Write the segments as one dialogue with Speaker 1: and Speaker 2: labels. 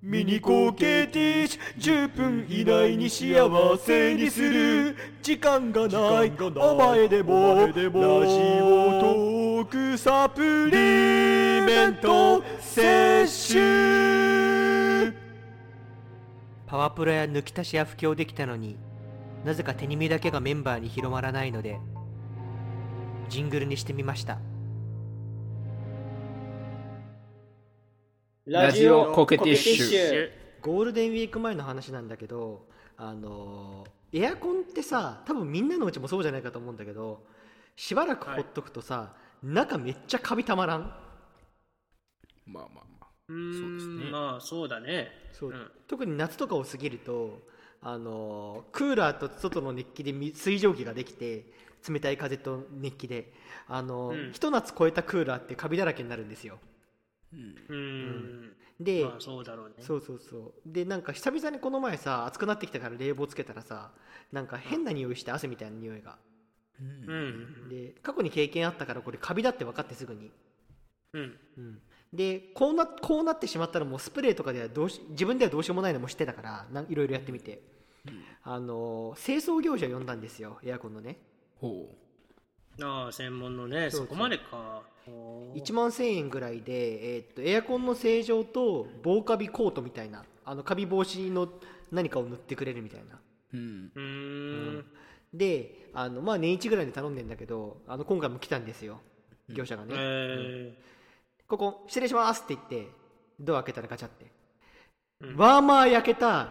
Speaker 1: ミニコーケーティッシュ10分以内に幸せにする時間がない甘えでもラジオトークサプリメント摂取
Speaker 2: パワプロや抜き足しや布教できたのになぜか手に身だけがメンバーに広まらないのでジングルにしてみました
Speaker 3: ラジオコケティッシュ。
Speaker 2: ゴールデンウィーク前の話なんだけどあのエアコンってさ多分みんなのうちもそうじゃないかと思うんだけどしばらくほっとくとさ、中めっちゃカビたまらん
Speaker 3: まあまあまあ。
Speaker 4: うーん
Speaker 3: そうですね
Speaker 4: まあそうだね。
Speaker 2: そう、
Speaker 4: ん
Speaker 2: 特に夏とかを過ぎるとあのークーラーと外の熱気でみ水蒸気ができて冷たい風と熱気であのー、
Speaker 4: うん
Speaker 2: ひと夏超えたクーラーってカビだらけになるんですよ
Speaker 4: うーん。
Speaker 2: で、
Speaker 4: まあそうだろうね。
Speaker 2: そうそうそうでなんか久々にこの前さ暑くなってきたから冷房つけたらさなんか変な匂いして汗みたいな匂いが
Speaker 4: うん。
Speaker 2: で過去に経験あったからこれカビだって分かってすぐに
Speaker 4: うん。
Speaker 2: うんでこうなこうなってしまったらもうスプレーとかではどうし自分ではどうしようもないのも知ってたからなんいろいろやってみて、あのー清掃業者呼んだんですよエアコンのね
Speaker 3: ほ
Speaker 4: ああ、専門の
Speaker 2: そ
Speaker 4: ね、
Speaker 2: うそ
Speaker 4: そうこまでか。おー
Speaker 2: 1万1000円ぐらいで、えーっとエアコンの正常と防カビコートみたいなあのカビ防止の何かを塗ってくれるみたいな
Speaker 3: う。うん。
Speaker 4: うーん。
Speaker 2: であの、まあ、年一ぐらいで頼んでんだけどあの今回も来たんですよ業者がね、
Speaker 4: え
Speaker 2: ここ失礼しますって言ってドア開けたらガチャって、
Speaker 4: うん
Speaker 2: ワーマー焼けた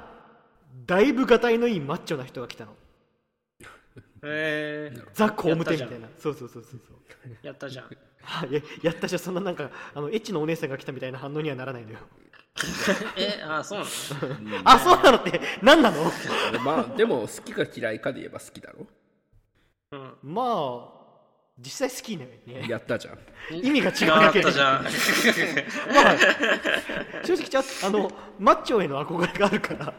Speaker 2: だいぶがたいのいいマッチョな人が来たの
Speaker 4: ー、えー
Speaker 2: ザ・工務店
Speaker 4: や
Speaker 2: み
Speaker 4: ったた
Speaker 2: い
Speaker 4: じ
Speaker 2: なそうそうそうそうそう
Speaker 4: やったじゃん。
Speaker 2: あややったじゃんそんななんかあのエッチのお姉さんが来たみたいな反応にはならないのよ
Speaker 4: え、ああ、そうなの
Speaker 2: あそうなのって何なの
Speaker 3: まあ、でも、好きか嫌いかで言えば好きだろ。
Speaker 4: うん。
Speaker 2: まあ実際好きなよね
Speaker 3: やったじゃん。
Speaker 2: 意味が違う
Speaker 4: あ
Speaker 2: だ
Speaker 4: った
Speaker 2: け
Speaker 4: じゃん。
Speaker 2: まあ、正直ちょっとあのマッチョへの憧れがあるから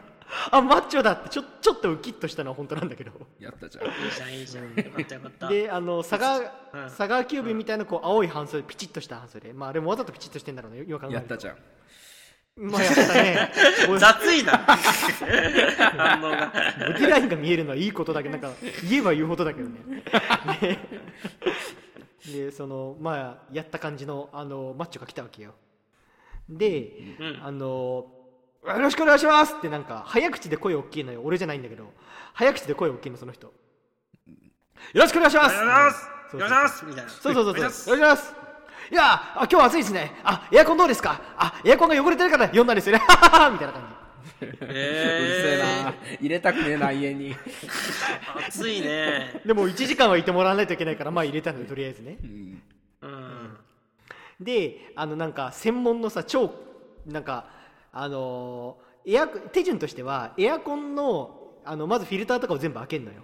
Speaker 2: あマッチョだってちょちょっとウキッとしたのは本当なんだけど
Speaker 3: やったじゃん。
Speaker 4: いいじゃん、いいじゃん。よかった、よかった。
Speaker 2: であの佐川
Speaker 4: うん
Speaker 2: 佐川急便みたいなこう青い半袖ピチッとした半袖まああれもわざとピチッとしてんだろうねよく考える
Speaker 3: や
Speaker 2: と
Speaker 3: ったじゃん。
Speaker 2: まあやったねボデ
Speaker 4: 雑いな。反応が。
Speaker 2: ィラインが見えるのはいいことだけどなんか言えば言うほどだけど ねで でそのまあやった感じのあのマッチョが来たわけよで、
Speaker 4: うん。
Speaker 2: あのよろしくお願いしますってなんか早口で声大きいのよ俺じゃないんだけど早口で声大きいのその人よろしくお願いします
Speaker 4: おはようご
Speaker 2: うん
Speaker 4: ざいますよろしくお願いしますみ
Speaker 2: そうそうそう
Speaker 4: お
Speaker 2: そう
Speaker 4: はようございます
Speaker 2: そうよろしくお願いしますいやーあ今日暑いですねあエアコンどうですかあエアコンが汚れてるから呼んだんですよね みたいな感
Speaker 4: たいう
Speaker 3: るせえ
Speaker 4: な。え
Speaker 3: な。入れたくねえな、家に。
Speaker 4: ー、暑いね。
Speaker 2: じでも1時間はいてもらわないといけないからまあ入れたのよとりあえずね
Speaker 3: うん。
Speaker 4: うん。
Speaker 2: であのなんか専門のさ超なんかあのーエアコン手順としてはエアコンのあのまずフィルターとかを全部開けるのよ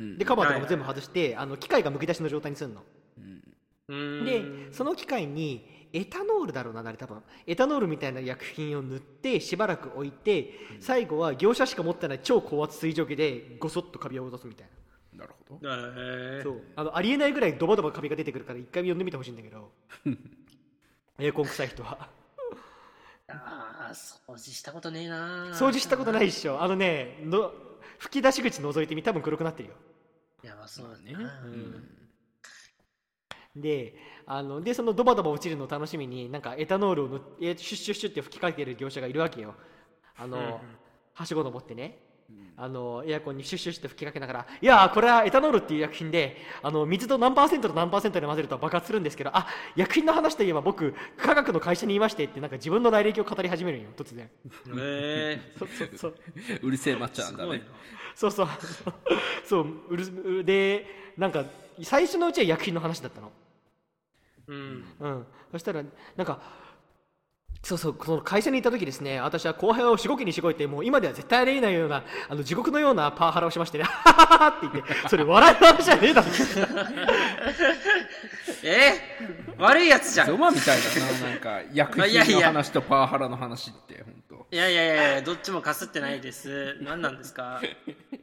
Speaker 3: うん
Speaker 2: でカバーとかも全部外して、あの機械がむき出しの状態にするの
Speaker 3: うん
Speaker 4: うーん
Speaker 2: でその機械にエタノールだろうなあれ多分エタノールみたいな薬品を塗ってしばらく置いて最後は業者しか持ってない超高圧水蒸気でごそっとカビを落とすみたい
Speaker 3: なるほど。
Speaker 4: え
Speaker 2: な
Speaker 4: ー
Speaker 2: そうあのありえないぐらいドバドバカビが出てくるから一回呼んでみてほしいんだけ どエアコン臭い人は
Speaker 4: ああ、掃除したことねえな。
Speaker 2: 掃除したことないっしょあのねの吹き出し口覗いてみ多分黒くなってるよ
Speaker 4: やばそう
Speaker 3: ま
Speaker 4: だ
Speaker 3: あね。
Speaker 4: ね。
Speaker 3: うん。
Speaker 2: であのでそのドバドバ落ちるのを楽しみになんかエタノールを塗えシュッシュッシュッって吹きかける業者がいるわけよあの、
Speaker 4: うんうん
Speaker 2: はしご登ってねあのエアコンにシュッシュッって吹きかけながら「いやーこれはエタノールっていう薬品であの水と何パーセントと何パーセントで混ぜると爆発するんですけどあ薬品の話といえば僕科学の会社にいまして」ってなんか自分の来歴を語り始めるんよ突然
Speaker 4: ええ
Speaker 2: そうそうそう
Speaker 3: うるせえマッチョな
Speaker 4: す
Speaker 3: んだ
Speaker 4: ごい
Speaker 3: ね
Speaker 4: な。。
Speaker 2: そう そうそううるすうでなんか最初のうちは薬品の話だったの
Speaker 4: うん。
Speaker 2: うん、そしたらなんかそうそうこの会社にいた時ですね私は後輩をしごきにしごいてもう今では絶対ありえないようなあの地獄のようなパワハラをしましてね ははははって言ってそれ笑い話じゃねえだろ
Speaker 4: えー、悪いやつじゃん。
Speaker 3: ゾ
Speaker 4: い
Speaker 3: マみたいだな、なんか、薬品の話とパワハラの話って、ほんと。
Speaker 4: やいやいやいや、どっちもかすってないです。何なんですか。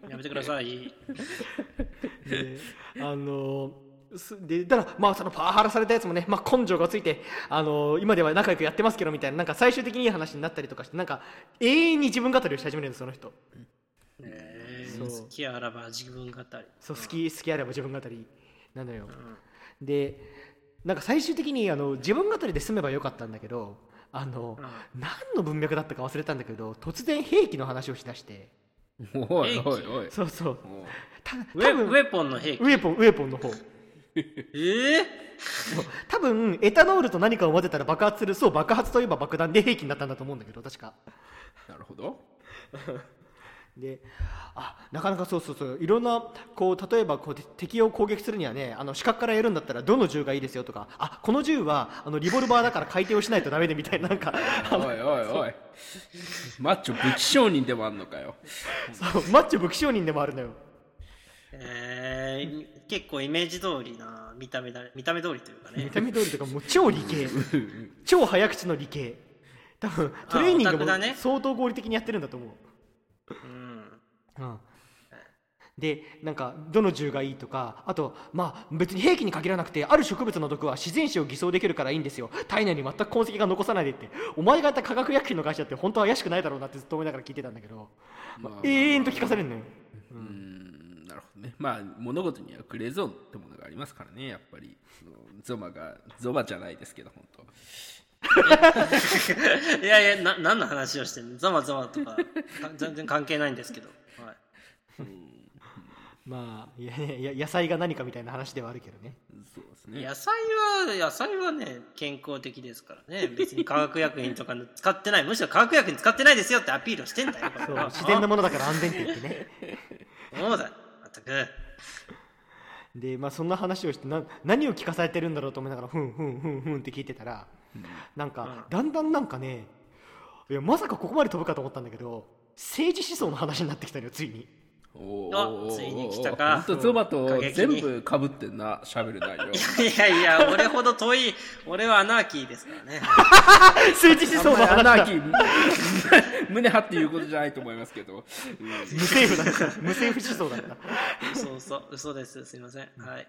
Speaker 4: やめてください。
Speaker 2: であのすでだからまあそのパワハラされたやつもね、まあ、根性がついて、あのー今では仲良くやってますけどみたいななんか最終的にいい話になったりとかしてなんか永遠に自分語りをし始めるんですその人
Speaker 4: え
Speaker 2: そう
Speaker 4: ー、好きあらば自分語り。
Speaker 2: そう好き好きあれば自分語りなのよ、でなんか最終的にあの自分語りで済めばよかったんだけどあの、何の文脈だったか忘れたんだけど突然兵器の話をしだして
Speaker 3: おいおいおい。
Speaker 2: そうそう
Speaker 3: おう
Speaker 2: た
Speaker 4: ウ
Speaker 2: 多
Speaker 4: ェウ
Speaker 2: 分
Speaker 4: ェポンの兵器。
Speaker 2: ウェポンウェポンの方
Speaker 4: ええ
Speaker 2: 多分エタノールと何かを混ぜたら爆発するそう爆発といえば爆弾で兵器になったんだと思うんだけど確か
Speaker 3: なるほど。
Speaker 2: であなかなかそうそうそういろんなこう例えばこうて敵を攻撃するにはねあの視角からやるんだったらどの銃がいいですよとかあこの銃はあのリボルバーだから回転をしないとダメでみたいななんか
Speaker 3: おいおいおい。マッチョ武器商人でもあんのかよ。
Speaker 2: そうマッチョ武器商人でもあるのよ
Speaker 4: えー、結構イメージ通りな見た目だね見た目通りというか
Speaker 2: 見
Speaker 4: ね
Speaker 2: た目通りとかもう超理系超早口の理系多分トレーニン
Speaker 4: オタ
Speaker 2: グも
Speaker 4: クだね
Speaker 2: 相当合理的にやってるんだと思う
Speaker 4: うん
Speaker 2: うん、でなんかどの銃がいいとかあとまあ別に兵器に限らなくてある植物の毒は自然史を偽装できるからいいんですよ体内に全く痕跡が残さないでってお前がやった化学薬品の会社って本当は怪しくないだろうなってずっと思いながら聞いてたんだけど、まあ
Speaker 3: まあ
Speaker 2: 永遠と聞かされるのよ
Speaker 3: うーんなるほどね。まあ物事にはグレーゾーンってものがありますからね、やっぱり。そのゾマが、ゾマじゃないですけど、本当。
Speaker 4: いやいやな何の話をしてんのざまざまとか か全然関係ないんですけど、はい、
Speaker 2: まあいやいや野菜が何かみたいな話ではあるけどね
Speaker 3: そうですね。
Speaker 4: 野菜は野菜はね健康的ですか らね別に化学薬品とか使ってないむしろ化学薬品使ってないですよってアピールをしてんだよこれ
Speaker 2: そう
Speaker 4: は
Speaker 2: 自然なものだから安全って言ってね
Speaker 4: そうだまったく
Speaker 2: で、まあ、そんな話をしてな何を聞かされてるんだろうと思いながらふんふんふんふんって聞いてたら、なんかだんだんなんかねいやまさかここまで飛ぶかと思ったんだけど政治思想の話になってきたのよつ いに
Speaker 3: お
Speaker 4: あついに来たか
Speaker 3: ほんとゾマと
Speaker 4: 過激
Speaker 3: 全
Speaker 4: に
Speaker 3: 部かぶってんな、喋る内容。
Speaker 4: いやいや俺ほど遠い俺はアナーキーですからね
Speaker 2: 政治思想の
Speaker 3: あんまりアナ
Speaker 2: 話だ
Speaker 3: ーキー 胸張って言うことじゃないと思いますけど。うん
Speaker 2: 無政府だった無政府思想だった
Speaker 4: そうそう嘘ですすいませんはい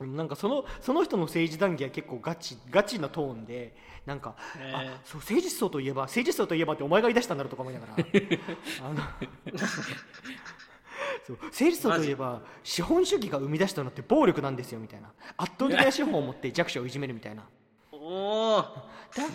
Speaker 2: なんかそのその人の政治談義は結構ガチガチなトーンでなんか、
Speaker 4: へー
Speaker 2: あそう政治思想といえば政治思想といえばってお前が言い出したんだろうとか思いながら あのそう政治思想といえば資本主義が生み出したのって暴力なんですよみたいな圧倒的な資本を持って弱者をいじめるみたいな
Speaker 4: おお
Speaker 2: だ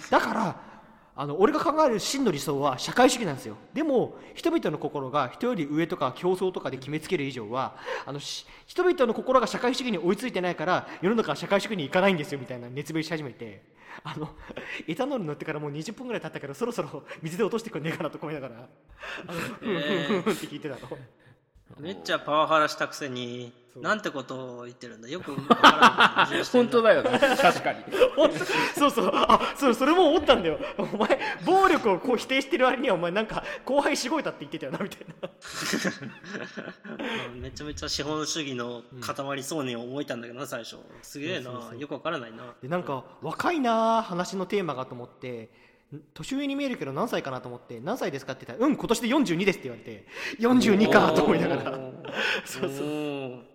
Speaker 2: だからあの俺が考える真の理想は社会主義なんですよでも人々の心が人より上とか競争とかで決めつける以上はあのし人々の心が社会主義に追いついてないから世の中は社会主義に行かないんですよみたいな熱弁し始めてあのエタノール乗ってからもう20分ぐらい経ったからそろそろ水で落としてくんねえかなと思いながらあのうん うんうんって聞いてたの
Speaker 4: めっちゃパワハラしたくせに、
Speaker 2: う
Speaker 4: なんてことを言ってるんだ。よくわ からんことをしてん
Speaker 3: 本当だよね、確かに。
Speaker 2: 本当そうそうあそうそれも思ったんだよお前暴力をこう否定してる割にはお前なんか後輩しごいたって言ってたよなみたいな
Speaker 4: うんめちゃめちゃ資本主義の塊そうに思えたんだけどな、最初。すげえな。
Speaker 2: そうそうそう
Speaker 4: よくわからないな。
Speaker 2: でなんか若いなあ話のテーマがと思ってん年上に見えるけど何歳かなと思って何歳ですかって言ったらうん今年で42ですって言われて42かと思いながら
Speaker 4: おー。
Speaker 2: そうそう
Speaker 4: そう。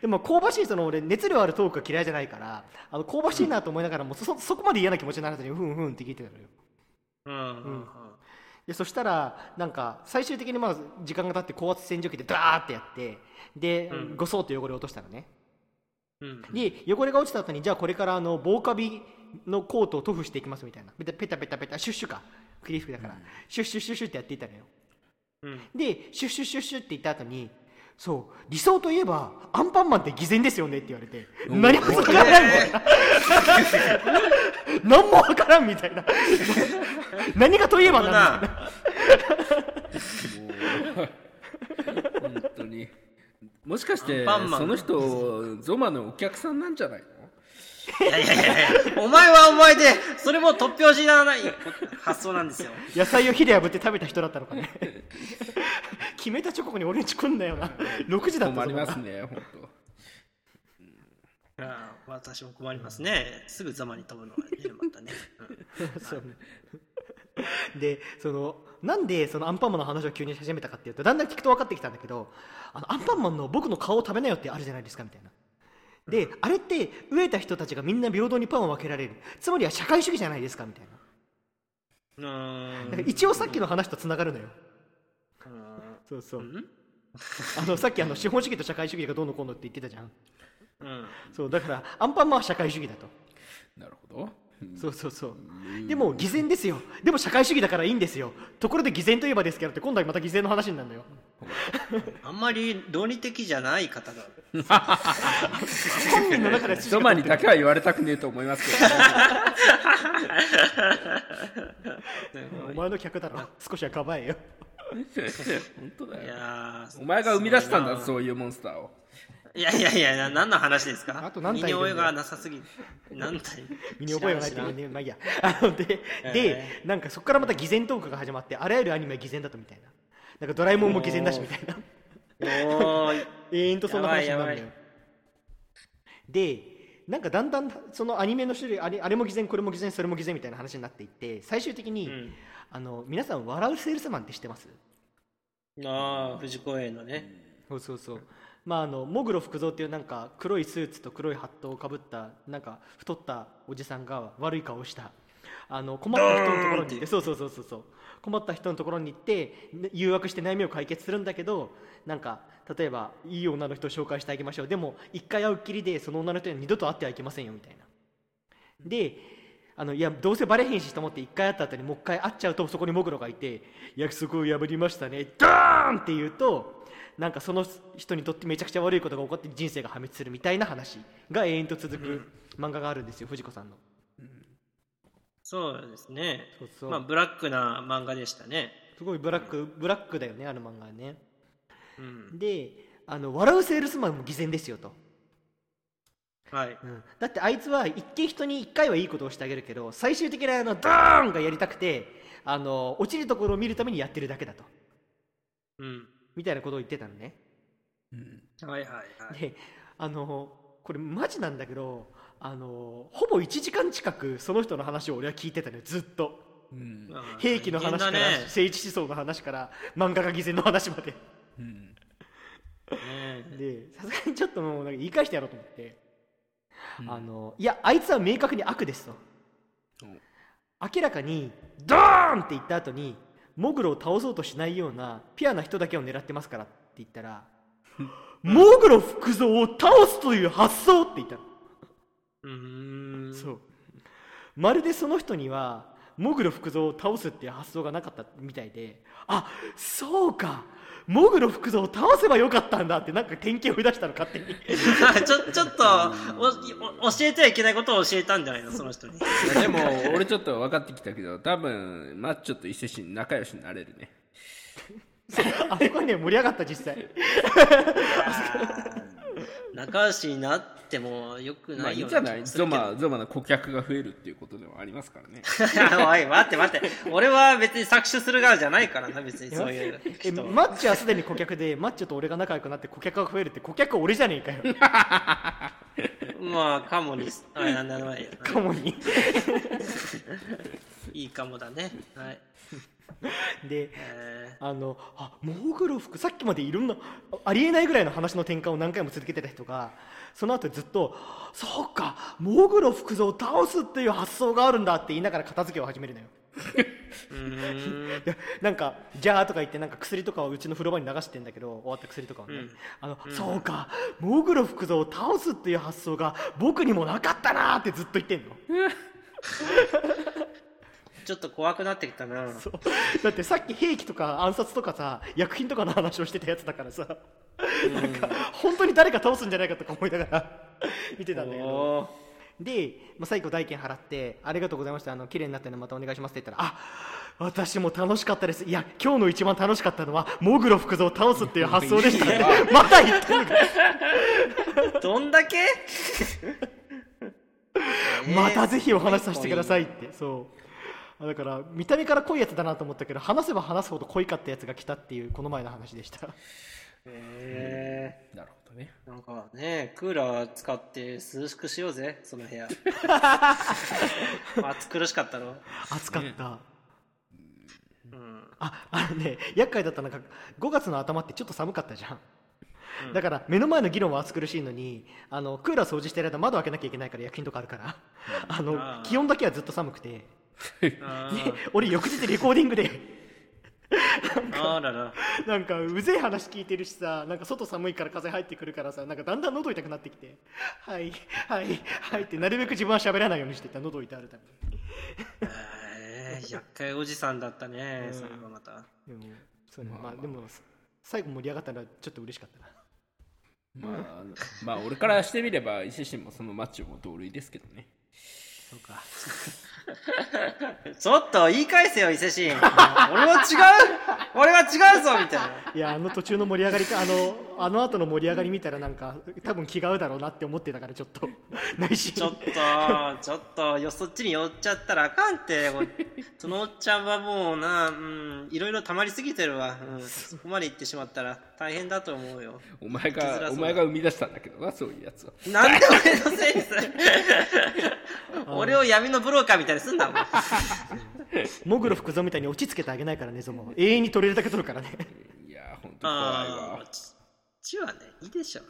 Speaker 2: でも香ばしいその俺熱量あるトークは嫌いじゃないからあの香ばしいなと思いながらもうそそこまで嫌な気持ちにならずにふんふんって聞いてたのよ
Speaker 4: うんうん
Speaker 2: でそしたらなんか最終的にまあ時間が経って高圧洗浄機でダーってやってで、
Speaker 4: うん
Speaker 2: ごそっと汚れを落としたのね
Speaker 4: うん。
Speaker 2: で汚れが落ちた後にじゃあこれからあの防カビのコートを塗布していきますみたいなペタペタペタペタシュッシュかクリー服だから、シュッシュッシュッシュッってやっていたのよ
Speaker 4: うん。
Speaker 2: でシュッシュッシュッシュッって言った後にそう理想といえばアンパンマンって偽善ですよねって言われて
Speaker 3: うん
Speaker 2: 何もわからないみたいな何もわからんみ たいな何がといえば
Speaker 4: そ
Speaker 2: な
Speaker 4: うん
Speaker 3: もう
Speaker 2: だ
Speaker 4: だ。
Speaker 3: 本当にもしかして
Speaker 4: アンパンマン
Speaker 3: その人ゾマのお客さんなんじゃないの
Speaker 4: いやいやいやいやお前はお前で、それも突拍子ならない発想なんですよ。
Speaker 2: 野菜を火で炙って食べた人だったのかね 決めた直後に俺んち来んなよな6時だったぞ
Speaker 3: 困りますね本
Speaker 4: うん私も困りますね。すぐざまに飛ぶのがね、またね。うん
Speaker 2: そうでそのなんでそのアンパンマンの話を急にし始めたかっていうとだんだん聞くと分かってきたんだけどあのアンパンマンの僕の顔を食べなよってあるじゃないですかみたいなであれって飢えた人たちがみんな平等にパンを分けられるつまりは社会主義じゃないですかみたいな
Speaker 4: うーん
Speaker 2: だから一応さっきの話とつながるのよそうそうあのさっきあの資本主義と社会主義がどうのこうのって言ってたじゃん
Speaker 4: うん
Speaker 2: そうだからアンパンマンは社会主義だと
Speaker 3: なるほど。 うん
Speaker 2: そうそうそうでも偽善ですよでも社会主義だからいいんですよところで偽善といえばですけどって今度はまた偽善の話になるのよ
Speaker 4: あんまり論理的じゃない方が
Speaker 2: 本人の中では
Speaker 3: ひ
Speaker 2: 筋
Speaker 3: と
Speaker 2: が
Speaker 3: ま
Speaker 2: 通っ
Speaker 3: に
Speaker 2: てる
Speaker 3: だけは言われたくねえと思いますけど、ね、
Speaker 2: お前の客だ ろ少しは構えよ
Speaker 3: 本当だ
Speaker 4: い
Speaker 3: よ。
Speaker 4: やー
Speaker 3: お前が生み出したんだ、
Speaker 4: すご
Speaker 3: そういうモンスターを。
Speaker 4: いないやいやいやな何の話ですか
Speaker 2: あと何体いるんだよ
Speaker 4: 身に覚えがなさすぎる何体
Speaker 2: 身に覚えはないって
Speaker 4: 知ら
Speaker 2: 言う
Speaker 4: ん知らん
Speaker 2: ねまあいいやあのでで、
Speaker 4: え
Speaker 2: なんかそこからまた偽善トークが始まってあらゆるアニメは偽善だとみたいななんかドラえもんも偽善だしみた いな
Speaker 4: おーい
Speaker 2: 永遠とそんな話になる
Speaker 4: やば
Speaker 2: の
Speaker 4: いや
Speaker 2: よ
Speaker 4: ばい
Speaker 2: でなんかだんだんそのアニメの種類あれあれも偽善これも偽善それも偽善みたいな話になっていって最終的に、
Speaker 4: うん
Speaker 2: あの皆さん「笑うセールスマン」って知ってます
Speaker 4: ああ藤子 A のね
Speaker 2: そうそうそうまああの喪黒福造っていうなんか黒いスーツと黒いハットをかぶったなんか太ったおじさんが悪い顔をしたあの困った人のところに行ってそうそうそうそうそう困った人のところに行ってね誘惑して悩みを解決するんだけどなんか例えばいい女の人を紹介してあげましょうでも一回会うっきりでその女の人には二度と会ってはいけませんよみたいなであのいやどうせバレへんしと思って一回会った後にもう一回会っちゃうとそこにモグロがいて約束を破りましたねドーンって言うとなんかその人にとってめちゃくちゃ悪いことが起こって人生が破滅するみたいな話が永遠と続く漫画があるんですよ藤子さんの
Speaker 4: そうですね
Speaker 2: そうそう
Speaker 4: まあブラックな漫画でしたね
Speaker 2: すごいブラックブラックだよねあの漫画はね
Speaker 4: うん
Speaker 2: であの笑うセールスマンも偽善ですよと、
Speaker 4: はい
Speaker 2: うんだってあいつは一見人に一回はいいことをしてあげるけど最終的にあのドーンがやりたくてあの落ちるところを見るためにやってるだけだと
Speaker 4: うん
Speaker 2: みたいなことを言ってたのね
Speaker 4: はいはいはい
Speaker 2: であのこれマジなんだけどあのほぼ1時間近くその人の話を俺は聞いてたのよずっと
Speaker 3: うん
Speaker 4: あー
Speaker 2: 兵器の話から、
Speaker 4: 大変だね
Speaker 2: 政治思想の話から漫画が偽善の話まで
Speaker 3: うん
Speaker 4: ね
Speaker 2: でさすがにちょっともうなんか言い返してやろうと思って、
Speaker 3: うん
Speaker 2: あのいやあいつは明確に悪ですと
Speaker 3: うん
Speaker 2: 明らかにドーンって言った後にモグロを倒そうとしないようなピュアな人だけを狙ってますからって言ったら モグロ福造を倒すという発想って言ったの
Speaker 4: うーん
Speaker 2: そうまるでその人にはモグロ福造を倒すっていう発想がなかったみたいであそうかモグロ福造を倒せばよかったんだってなんか典型を生み出したの勝手に
Speaker 4: ちょちょっとおお教えてはいけないことを教えたんじゃないのその人に
Speaker 3: いやでも俺ちょっと分かってきたけど多分マッチョと伊勢神仲良しになれるね
Speaker 2: あれこれね盛り上がった実際
Speaker 4: 仲良しになってもよく
Speaker 3: まあ
Speaker 4: ない
Speaker 3: い
Speaker 4: よ
Speaker 3: ん
Speaker 4: う
Speaker 3: じゃ
Speaker 4: な
Speaker 3: ないゾマゾマの顧客が増えるっていうことでもありますからね
Speaker 4: おい待って待って俺は別に搾取する側じゃないからな別にそういう
Speaker 2: え
Speaker 4: 人
Speaker 2: マッチはすでに顧客でマッチと俺が仲良くなって顧客が増えるって顧客は俺じゃねえかよ
Speaker 4: まあカモにすあなんだないや
Speaker 2: カモに
Speaker 4: いいカモだねはい
Speaker 2: で
Speaker 4: え
Speaker 2: あのあモグロ服さっきまでいろんなあありえないぐらいの話の転換を何回も続けてた人がその後ずっと「そうかモグロ服像を倒すっていう発想があるんだ」って言いながら片付けを始め るのよ。
Speaker 4: ーうーん
Speaker 2: いやなんか「じゃあ」とか言ってなんか薬とかをうちの風呂場に流してんだけど終わった薬とかをね、
Speaker 4: うん
Speaker 2: あのそうかモグロ服像を倒すっていう発想が僕にもなかったなーってずっと言ってんの。
Speaker 4: ちょっと怖くなってきたな
Speaker 2: そうだってさっき兵器とか暗殺とかさ薬品とかの話をしてたやつだからさ、なんか本当に誰か倒すんじゃないかとか思いながら 見てたんだけど
Speaker 4: おー
Speaker 2: で、まあ、最後代金払って「ありがとうございましたあの綺麗になったのでまたお願いします」って言ったら「あ私も楽しかったですいや今日の一番楽しかったのはモグロ福造を倒すっていう発想でしたね また言ってるから
Speaker 4: どんだけ
Speaker 2: またぜひお話しさせてくださいってそうあだから見た目から濃いやつだなと思ったけど話せば話すほど濃いかったやつが来たっていうこの前の話でした。
Speaker 4: えー
Speaker 3: なるほどね
Speaker 4: なんかね、クーラー使って涼しくしようぜ、その 部屋。暑苦しかったろ。
Speaker 2: 暑かった、
Speaker 4: うん。
Speaker 2: ああのね厄介だったのが5月の頭ってちょっと寒かったじゃんだから目の前の議論は暑苦しいのにあのクーラー掃除してる間窓開けなきゃいけないから薬品とかあるからあ
Speaker 4: あ
Speaker 2: の
Speaker 4: ー
Speaker 2: 気温だけはずっと寒くて
Speaker 4: あ
Speaker 2: で俺翌日レコーディングで
Speaker 4: ーあらら。
Speaker 2: なんかうぜえ話聞いてるしさなんか外寒いから風入ってくるからさなんかだんだん喉痛くなってきて「はいはいはい」ってなるべく自分は喋らないようにしてた喉痛あるた
Speaker 4: えー、厄介おじさんだったね、
Speaker 2: うん
Speaker 4: それはまた。
Speaker 2: めにでもそうねまあでも最後盛り上がったのはちょっと嬉しかったな
Speaker 3: まああの、まあ、俺からしてみれば、伊勢神もそのマッチョも同類ですけどね。
Speaker 2: そうか
Speaker 4: ちょっと言い返せよ、伊勢神。俺は違う俺は違うぞみたいな。
Speaker 2: いやあの途中の盛り上がりかあのあの後の盛り上がり見たらなんか多分気が合うだろうなって思ってたからちょっ と内心
Speaker 4: ちょっと、ちょっと、よそっちに寄っちゃったらあかんって。こうそのおっちゃんはもうな、うん、いろいろ溜まりすぎてるわ。うん、そこまで行ってしまったら大変だと思うよ。
Speaker 3: お前
Speaker 4: 生きづら
Speaker 3: が、お
Speaker 4: そうだ
Speaker 3: 前が生み出したんだけどな、そういうやつは。
Speaker 4: なんで俺のせいにする俺を闇のブローカーみたいにすんな、お前
Speaker 2: モグロ福蔵みたいに落ち着けてあげないからねゾマは永遠に取れるだけ取るから ね
Speaker 3: いやー、ほんと怖い
Speaker 4: あ
Speaker 3: わ
Speaker 4: あ、。ちちはね、いいでしょ。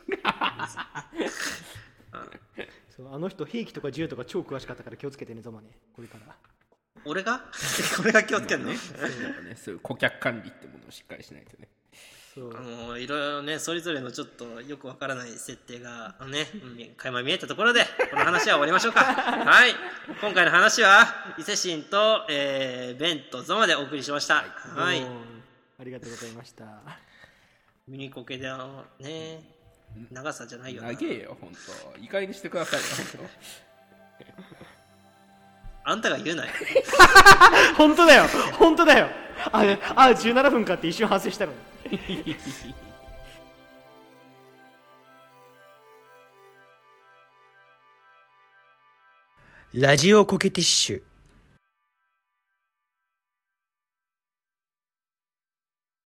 Speaker 2: そうあの人兵器とか銃とか超詳しかったから気をつけてねゾマねこれから
Speaker 4: 俺が 俺が気をつけんの
Speaker 3: やっぱね、そういう顧客管理ってものをしっかりしないとね。
Speaker 2: そう
Speaker 4: あのいろいろね、それぞれのちょっとよくわからない設定が、あ のね、うん垣間見えたところで、この話は終わりましょうか。はい。今回の話は、伊勢神と、えー、ベンとゾマでお送りしました。はい。
Speaker 2: どうもありがとうございま した
Speaker 4: ミニコケで、あのね、長さじゃないよな
Speaker 3: 長。えよ、ほんと。いい加減にしてくださいよ、ほんと。
Speaker 4: あんたが言うなよ。
Speaker 2: 本当だよ本当だよああ17分かって一瞬反省したのに
Speaker 5: ラジオコケティッシュ